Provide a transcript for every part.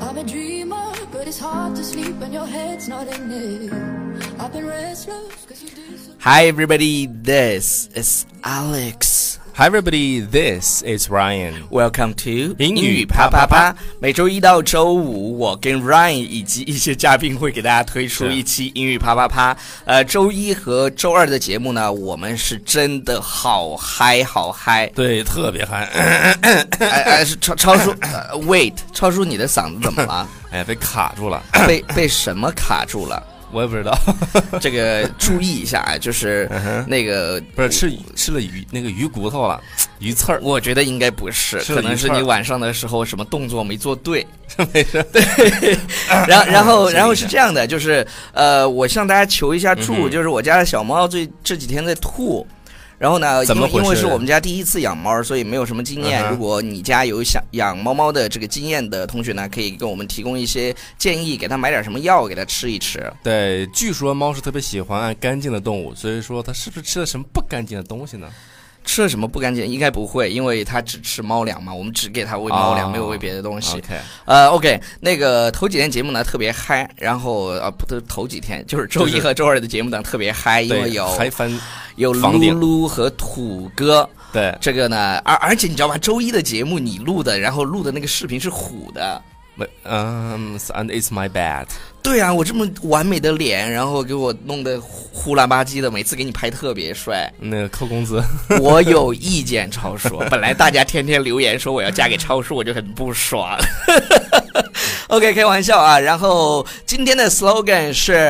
I'm a dreamer, but it's hard to sleep when your head's not in it. I've been restless 'cause you did so. Hi, everybody. This is Alex. Hi, everybody. This is Ryan. Welcome to 英语啪啪啪啪。每周一到周五，我跟 Ryan 以及一些嘉宾会给大家推出是。一期英语啪啪啪。呃，周一和周二的节目呢，我们是真的好嗨，好嗨 对，特别嗨。哎哎，是超超叔、呃、，wait，超叔，你的嗓子怎么 了？ 哎呀，被卡住了，被被什么卡住了？我也不知 道。这个注意一下啊，就是那个嗯不是吃吃了鱼那个鱼骨头了，鱼刺 儿。我觉得应该不是，是可能一是串儿你晚上的时候什么动作没做对，没 事。对，然后然 后然后是这样的，就是呃，我向大家求一下嗯助，就是我家的小猫最这几天在吐。然后呢？怎因么为因回为事是我们家第一次养猫，所以没有什么经验。嗯哼如果你家有想养猫猫的这个经验的同学呢，可以给我们提供一些建议，给它买点什么药给它吃一吃。对，据说猫是特别喜欢干净的动物，所以说它是不是吃了什么不干净的东西呢？吃了什么不干净？应该不会，因为它只吃猫粮嘛，我们只给它喂猫粮，哦没有喂别的东西。 OK，呃，OK，那个头几天节目呢特别嗨，然后呃不头头几天就是周就一是和周二的节目呢特别嗨，因为对，有还翻有房噜顶噜和土哥。对，这个呢，而而且你知道吗？周一的节目你录的，然后录的那个视频是虎的。没嗯，and it's my bad。对啊，我这么完美的脸，然后给我弄得呼呼啦吧唧的，每次给你拍特别 帅。那个扣工资，我有意见，超叔。本来大家天天留言说我要嫁给超叔，我就很不爽。OK，开玩笑啊。然后今天的 slogan 是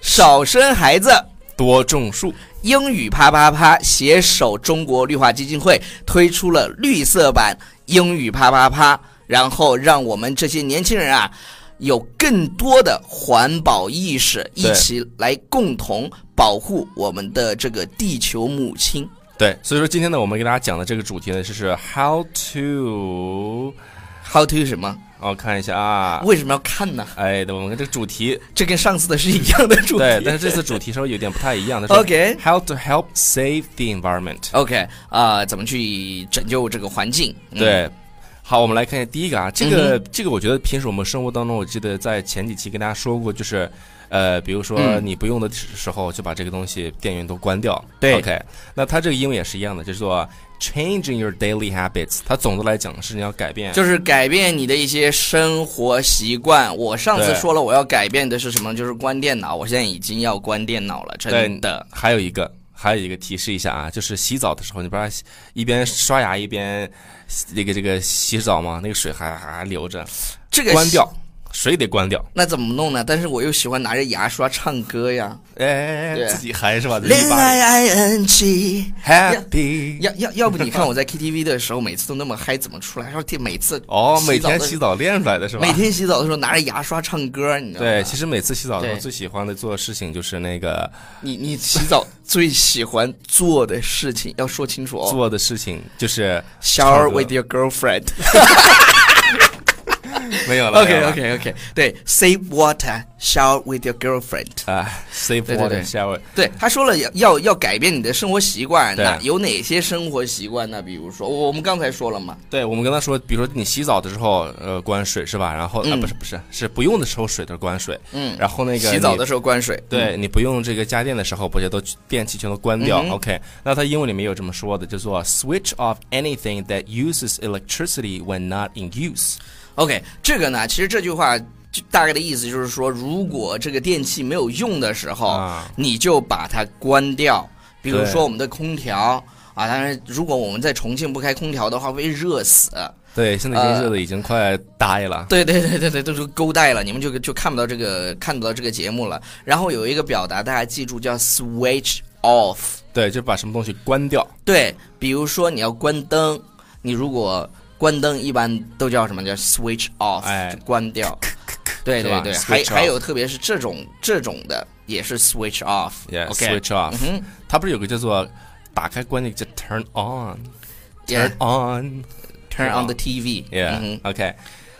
少生孩子。多种树。英语啪啪啪携手中国绿化基金会推出了绿色版英语啪啪啪，然后让我们这些年轻人啊，有更多的环保意识，一对起来共同保护我们的这个地球母亲。对，所以说今天呢，我们给大家讲的这个主题呢，就是 how to， How to 什么？哦，看一下啊，为什么要看呢？哎，对我们这个主题这跟上次的是一样的主题。对，但是这次主题稍微有点不太一样。他 说 OK How to help save the environment？、 OK 啊、怎么去拯救这个环境？嗯，对，好，我们来看一下第一个啊，这个、这个我觉得平时我们生活当中，我记得在前几期跟大家说过，就是。呃，比如说嗯你不用的时候，就把这个东西电源都关掉。对，OK，那它这个英文也是一样的，叫做 changing your daily habits。它总的来讲是你要改变，就是改变你的一些生活习惯。我上次对说了，我要改变的是什么？就是关电脑。我现在已经要关电脑了，真的。还有一个，还有一个提示一下啊，就是洗澡的时候，你不要一边刷牙一边那个这个洗澡吗？那个水还还还流着，这个关。掉，水得关掉。那怎么弄呢？但是我又喜欢拿着牙刷唱歌呀，哎哎对哎，自己嗨是吧？自己恋把爱 I N G。 happy。要要要不你看我在 K T V 的时候，每次都那么嗨，怎么出来？然后每次 哦，每澡天的洗澡练出来的是吧每？天洗澡的时候拿着牙刷唱歌，你知道吗？对，其实每次洗澡的时候对最喜欢的做的事情就是那个你你洗澡最喜欢做的事情要说清楚哦。做的事情就是唱 Shower 歌 with your girlfriend. 没有了。没 OK 有了 OK OK，对，save water, shower with your girlfriend. 啊，save 对对对 water shower。对，他说了要要要改变你的生活习惯，对那有哪些生活习惯呢？比如说，我我们刚才说了嘛，对，我们刚才说，比如说你洗澡的时候，呃，关水是吧？然后啊，嗯不是不是，是不用的时候水都是关水。嗯，然后那个洗澡你的时候关水，对你不用这个家电的时候，不就都电器全都关掉、嗯哼 o k 那它英文里面有这么说的，叫做 switch off anything that uses electricity when not in use。 OK，这个呢，其实这句话就大概的意思就是说，如果这个电器没有用的时候，啊你就把它关掉。比如对说我们的空调啊，当然，如果我们在重庆不开空调的话，会热死。对，现在已经热的已经快呆了。 对对对对对，都是勾带了，你们就就看不到这个看不到这个节目了。然后有一个表达，大家记住叫 switch off。对，就把什么东西关掉。对，比如说你要关灯，你如果关灯一般都叫什么叫 switch off，、哎就关掉。 对是对吧对， ？switch 还 off 还有特别是这种这种的也是 switch off。 Yeah, OK switch off、嗯哼，它不是有个叫做打开关那个叫 turn on，turn 也 on。 turn on the TV。嗯 Yeah. 哼 OK.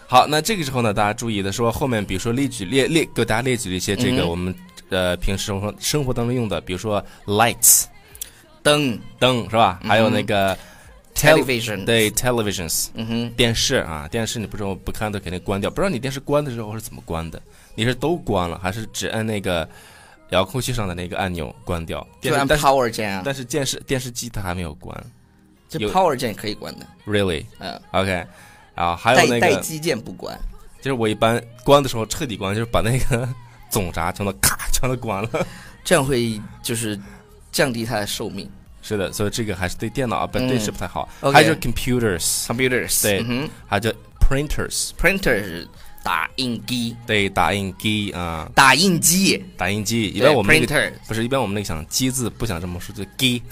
好，那这个时候呢，大家注意的说，后面比如说列举列列给大家列举了一些这嗯个哼我们、呃平时生活生活当中用的，比如说 lights 灯灯是吧？还有那个 television，，对 televisions，嗯哼，电视啊，电视你不知道不看的肯定关掉，不知道你电视关的时候是怎么关的？你是都关了，还是只按那个遥控器上的那个按钮关掉？就电视按但是 power 键啊，但是电视电视机它还没有关这有 power 键可以关的， ，really 嗯， OK。啊，还有待那待个，机键不关。就是我一般关的时候彻底关，就是把那个 总闸全都咔 全都关了。这样会就是降低它的寿命。是的，所以这个还是对电脑啊，不嗯对是不太好。 OK 还有就是 computers， Computers 对嗯哼还有就 printers， ，printer 是打印机，对，打印机啊，打印机，打印机。一对般我们那个 printer 不是一般我们那个想机字不想这么说，就 机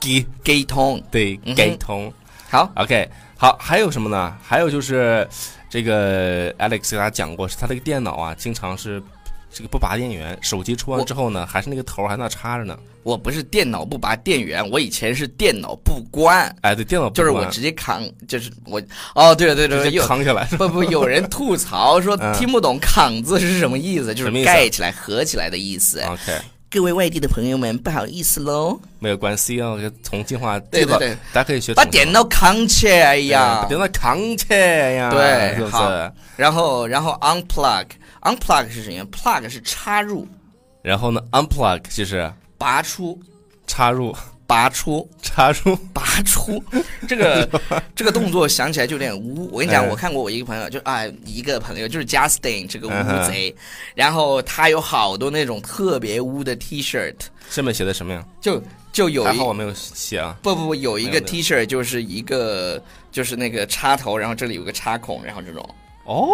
机给通。对嗯哼给通。好， OK，好，还有什么呢？还有就是这个 Alex 给大家讲过，是他这个电脑啊，经常是这个不拔电源，手机充完我之后呢，还是那个头儿还在那插着呢。我不是电脑不拔电源，我以前是电脑不关，哎，对，电脑不就是我关直接扛，就是我哦，对了对了直对接了，扛下来。 有不不，有人吐槽说嗯听不懂“扛”字是什么意思，就什么意是思啊盖起来、合起来的意思。 OK，各位外地的朋友们，不好意思喽，没有关系啊，从进化对这个对对大家可以学把重进化电脑扛起来对呀把。电脑扛起来呀，对是不是好？然后，然后 unplug unplug 是什么？plug 是插入、然后呢，unplug 就是拔出、插入， 拔出、插入，拔出。 这个 这个动作想起来就有点污。我跟你讲，嗯我看过我一个朋友，就啊、一个朋友就是 Justin 这个嗯哼乌贼，然后他有好多那种特别污的 T 恤，上面写的什么呀？就就有还一好我没有写啊。不不不，有一没有个没有 T 恤就是一个就是那个插头，然后这里有个插孔，然后这种。哦，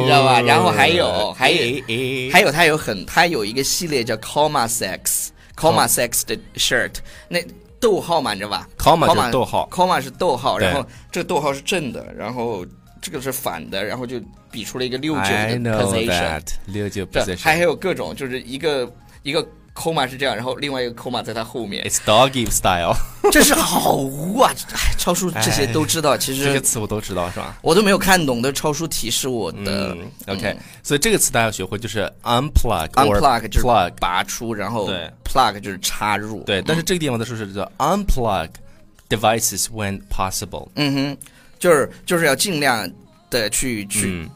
你知道吧然后还有还有有还有它有很，它有一个系列叫 comma sex comma sex 的 shirt，那逗号嘛，你知道吧 comma 就是逗号，comma 是逗号，对然后这个逗号是正的，然后这个是反的，然后就比出了一个六九的 I know position， that 六九这 position，还有各种，就是一个一个 comma 是这样，然后另外一个 comma 在它后面， It's doggy style， 这是好污啊！哎超叔这些都知道，其哎这些实词我都知道是吧？我都没有看懂，都是超叔提示我的嗯。，OK，所以这个词大家要学会，就是 unplug or unplug 就是 plug，拔出，然后对 plug 就是插入，对，但是这个地方的时候是叫 unplug devices when possible，嗯哼，就是就是要尽量的去去，嗯，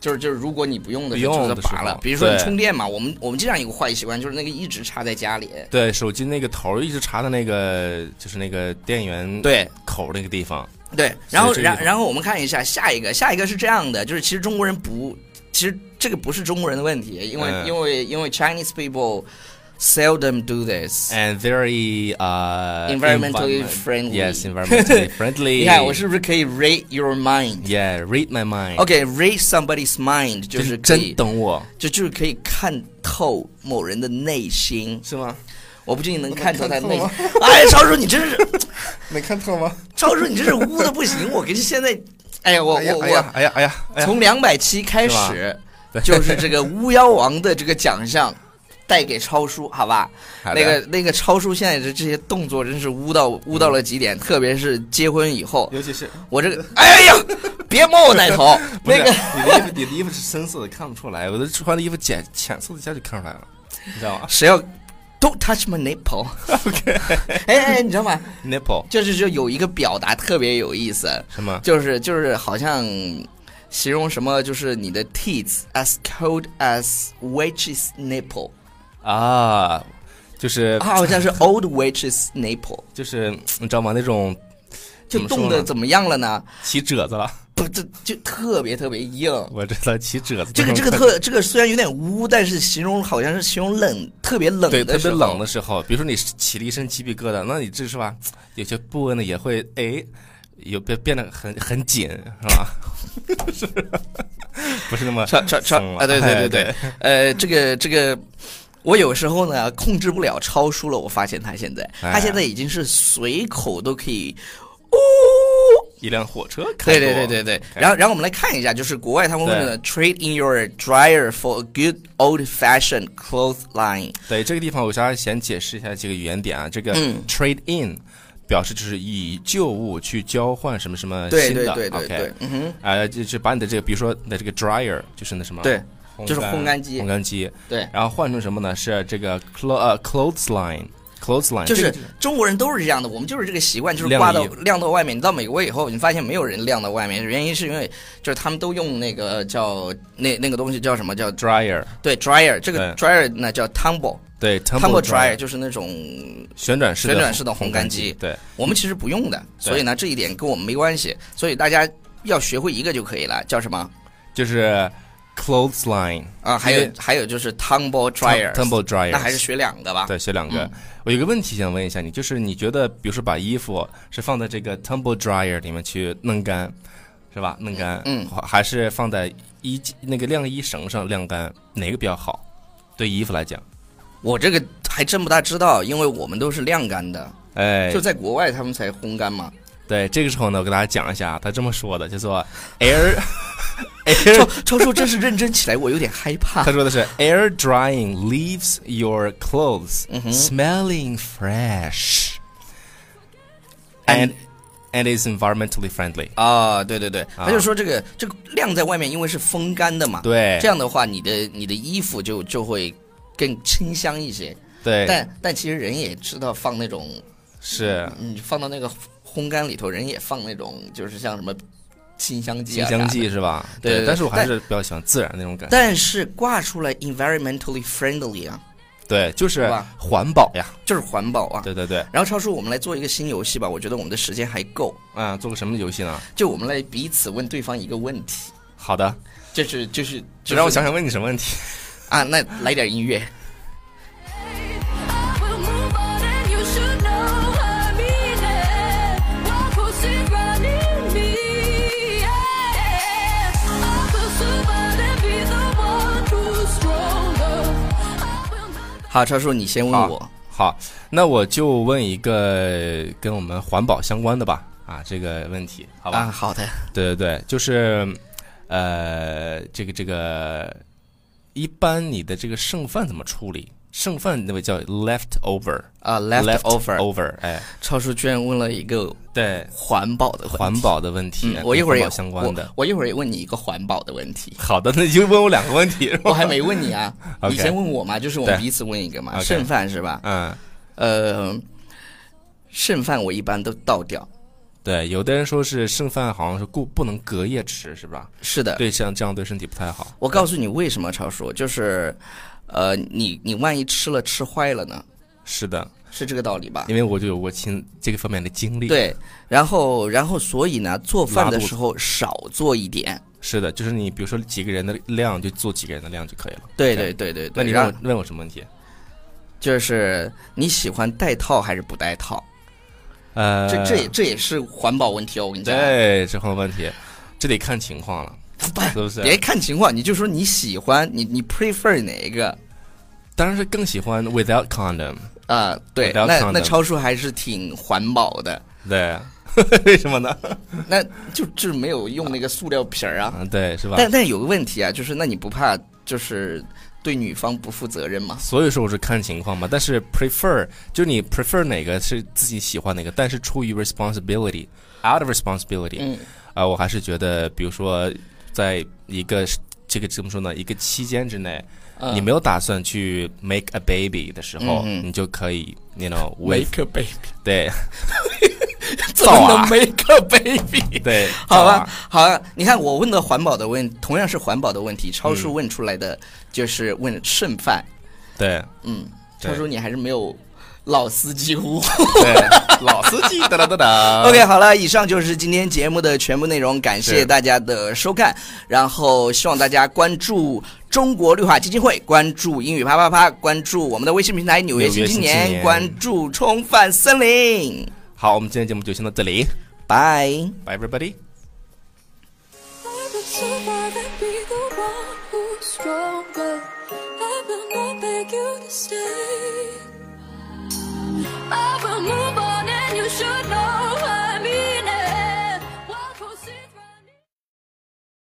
就是就是，如果你不用的时不候用就的是拔时了候。比如说你对充电嘛，我们我们经常有个坏习惯，就是那个一直插在家里。对，手机那个头儿一直插到那个就是那个电源对口儿那个地方，对，然后所以这个然然后我们看一下下一个，下一个是这样的，就是其实中国人不，其实这个不是中国人的问题，因为、嗯因为因为 Chinese people seldom do this。 and very uh Environmentally environment- friendly. Yes, environmentally friendly. 你看我是不是可以 read your mind？ Yeah, read my mind. OK，read、somebody's mind 就就是是可真以，懂我就就是可以看透某人的内心。是吗？我不仅能看透他内能心。 哎，超叔，你真是，能看透吗？超叔，你真是污的不行。我跟你现在，哎呀，我哎呀我哎呀我，哎呀哎呀哎呀！从两百期开是始，就是这个巫妖王的这个奖项带给超叔，好吧？好的那个那个超叔现在的这些动作真是污到污到了极嗯点，特别是结婚以后，尤其是我这个，哎呀，别摸我奶头， 不 是那个。你的衣服，你的衣服是深色的，看不出来。我的穿的衣服浅浅色的，一下就看出来了，你知道吗啊谁要？Don't touch my nipple。OK，哎 哎，你知道吗？ ？Nipple 就是就有一个表达特别有意思，什么？就是就是好像形容什么，就是你的 teeth as cold as witch's nipple 啊，就是啊，好 像是 old witch's nipple，就是，你知道吗？那种就怎么说冻得呢怎么样了呢？起褶子了， 不，这就特别特别硬。我知道起褶子。这个这个特这个虽然有点污，但是形容好像是形容冷，特别冷对，的特时别候冷的时候，比如说你起了一身鸡皮疙瘩，那你这是吧，有些部位呢也会哎，有变变得很很紧，是吧？ 是，不是那么超超超松了啊，对对对对，哎呃，这个这个，我有时候呢控制不了超叔了，我发现他现在，哎他现在已经是随口都可以，一辆火车开对过，对对对对。然后然后我们来看一下，就是国外他们会对呢 trade in your dryer for a good old fashioned clothesline，对这个地方，我想先解释一下这个语言点啊，这个嗯 trade in 表示就是以旧物去交换什么什么对呃新对的对对对 OK，，嗯哼，呃，就是把你的这个，比如说你的这个 dryer，就是那什么，对，烘就是干烘干机烘干机，对然后换成什么呢？是这个 clo 呃 clothesline。 clothesline，就是这个中国人都是这样的，我们就是这个习惯，就是挂到晾衣服晾到外面。你到美国以后，你发现没有人晾到外面，原因是因为就是他们都用那个叫那那个东西叫什么叫 dryer，对 dryer，这个对 dryer 那叫 tumble 对 tumble tumble dryer 就是那种旋转式的旋转式的烘烘干干机机，对，我们其实不用的，所以呢这一点跟我们没关系，所以大家要学会一个就可以了，叫什么就是 clothesline 啊？还因有为还有就是 tumble dryer， tumble dryer，那还是学两个吧。对，学两个。嗯我有个问题想问一下你，就是你觉得，比如说把衣服是放在这个 tumble dryer 里面去弄干，是吧？弄干，嗯还还是放在衣机那个晾衣绳上晾干，哪个比较好？对衣服来讲，我这个还真不大知道，因为我们都是晾干的，哎，就在国外他们才烘干嘛。对，这个时候呢，我给大家讲一下，啊他这么说的，叫做 air air， 超超叔真是认真起来，我有点害怕他。说的是 air drying leaves your clothes 嗯哼 smelling fresh and And- and is environmentally friendly。啊，对对对，啊他就说这个这个晾在外面，因为是风干的嘛，对，这样的话，你的你的衣服就就会更清香一些。对，但但其实人也知道放那种，是嗯，放到那个烘干里头，人也放那种就是像什么清香剂清啊香啥剂的。是吧？对对对但是我还是比较喜欢自然那种感觉。但是挂出来 environmentally friendly 啊，对，就是是吧环保呀。就是环保啊。对对对，然后超叔，我们来做一个新游戏吧，我觉得我们的时间还够，啊，做个什么游戏呢？就我们来彼此问对方一个问题，好的，就是就是，就只让让我我想想想问你什么问题。啊，那来点音乐。 I will move on and you should know I mean it. What was it running me? I will survive and be the one who's stronger. I will not 好，超叔，你先问我。啊好，那我就问一个跟我们环保相关的吧。啊，这个问题，好吧？啊，好的。对对对，就是，呃，这个这个，一般你的这个剩饭怎么处理？剩饭那位叫 leftover，leftover，啊，leftover，哎，超叔居然问了一个对，环保的问题环。保的问题，嗯，我一会儿跟也环保相关的。我。，我一会儿也问你一个环保的问题 好的，那你就问我两个问题，是吧我还没问你啊， OK 你先问我嘛，就是我们对彼此问一个嘛。 OK 剩饭是吧？嗯，呃，剩饭我一般都倒掉。对，有的人说是剩饭好像是不不能隔夜吃，是吧？是的，对，这样这样对身体不太好。我告诉你为什么，超叔，就是，呃，你你万一吃了吃坏了呢？是的，是这个道理吧？因为我就有过亲这个方面的经历。，对，然后然后所以呢，做饭拉的肚子时候少做一点。是的，就是你比如说几个人的量就做几个人的量就可以了。对 OK 对对对对。那你让问我问我什么问题？就是你喜欢带套还是不带套？呃，这这也这也是环保问题哦，我跟你讲。对这方面问题，这得看情况了，不是不是？啊别看情况，你就说你喜欢，你你 prefer 哪一个当然是更喜欢 without condom。啊、对， Without 那 condom 那超叔还是挺环保的，对， 为什 么呢？那就就是没有用那个塑料瓶儿啊。啊，对，是吧？但但有个问题啊，就是那你不怕就是对女方不负责任吗？所以说我是看情况嘛，但是 prefer 就是你 prefer 哪个是自己喜欢哪个，但是出于 responsibility out of responsibility 啊、嗯，我还是觉得，比如说在一个这个怎么说呢，一个期间之内，嗯你没有打算去 make a baby 的时候，嗯嗯你就可以 you know with make a baby， 对怎么啊能 make a baby？对，好吧吧，，好吧，你看我问的环保的问，同样是环保的问题，超叔问出来的就是问剩饭，对嗯，对超叔你还是没有老司机乎。 对，老司机哒哒哒哒 OK，好了，以上就是今天节目的全部内容，感谢是大家的收看，然后希望大家关注中国绿化基金会，关注英语啪啪啪，关注我们的微信平台《纽约纽约新青新年》青年关注冲犯森林，好，我们今天节目就先到这里拜。 ，Bye everybody。 I will survive and be the one who's stronger. I will not beg you to stay.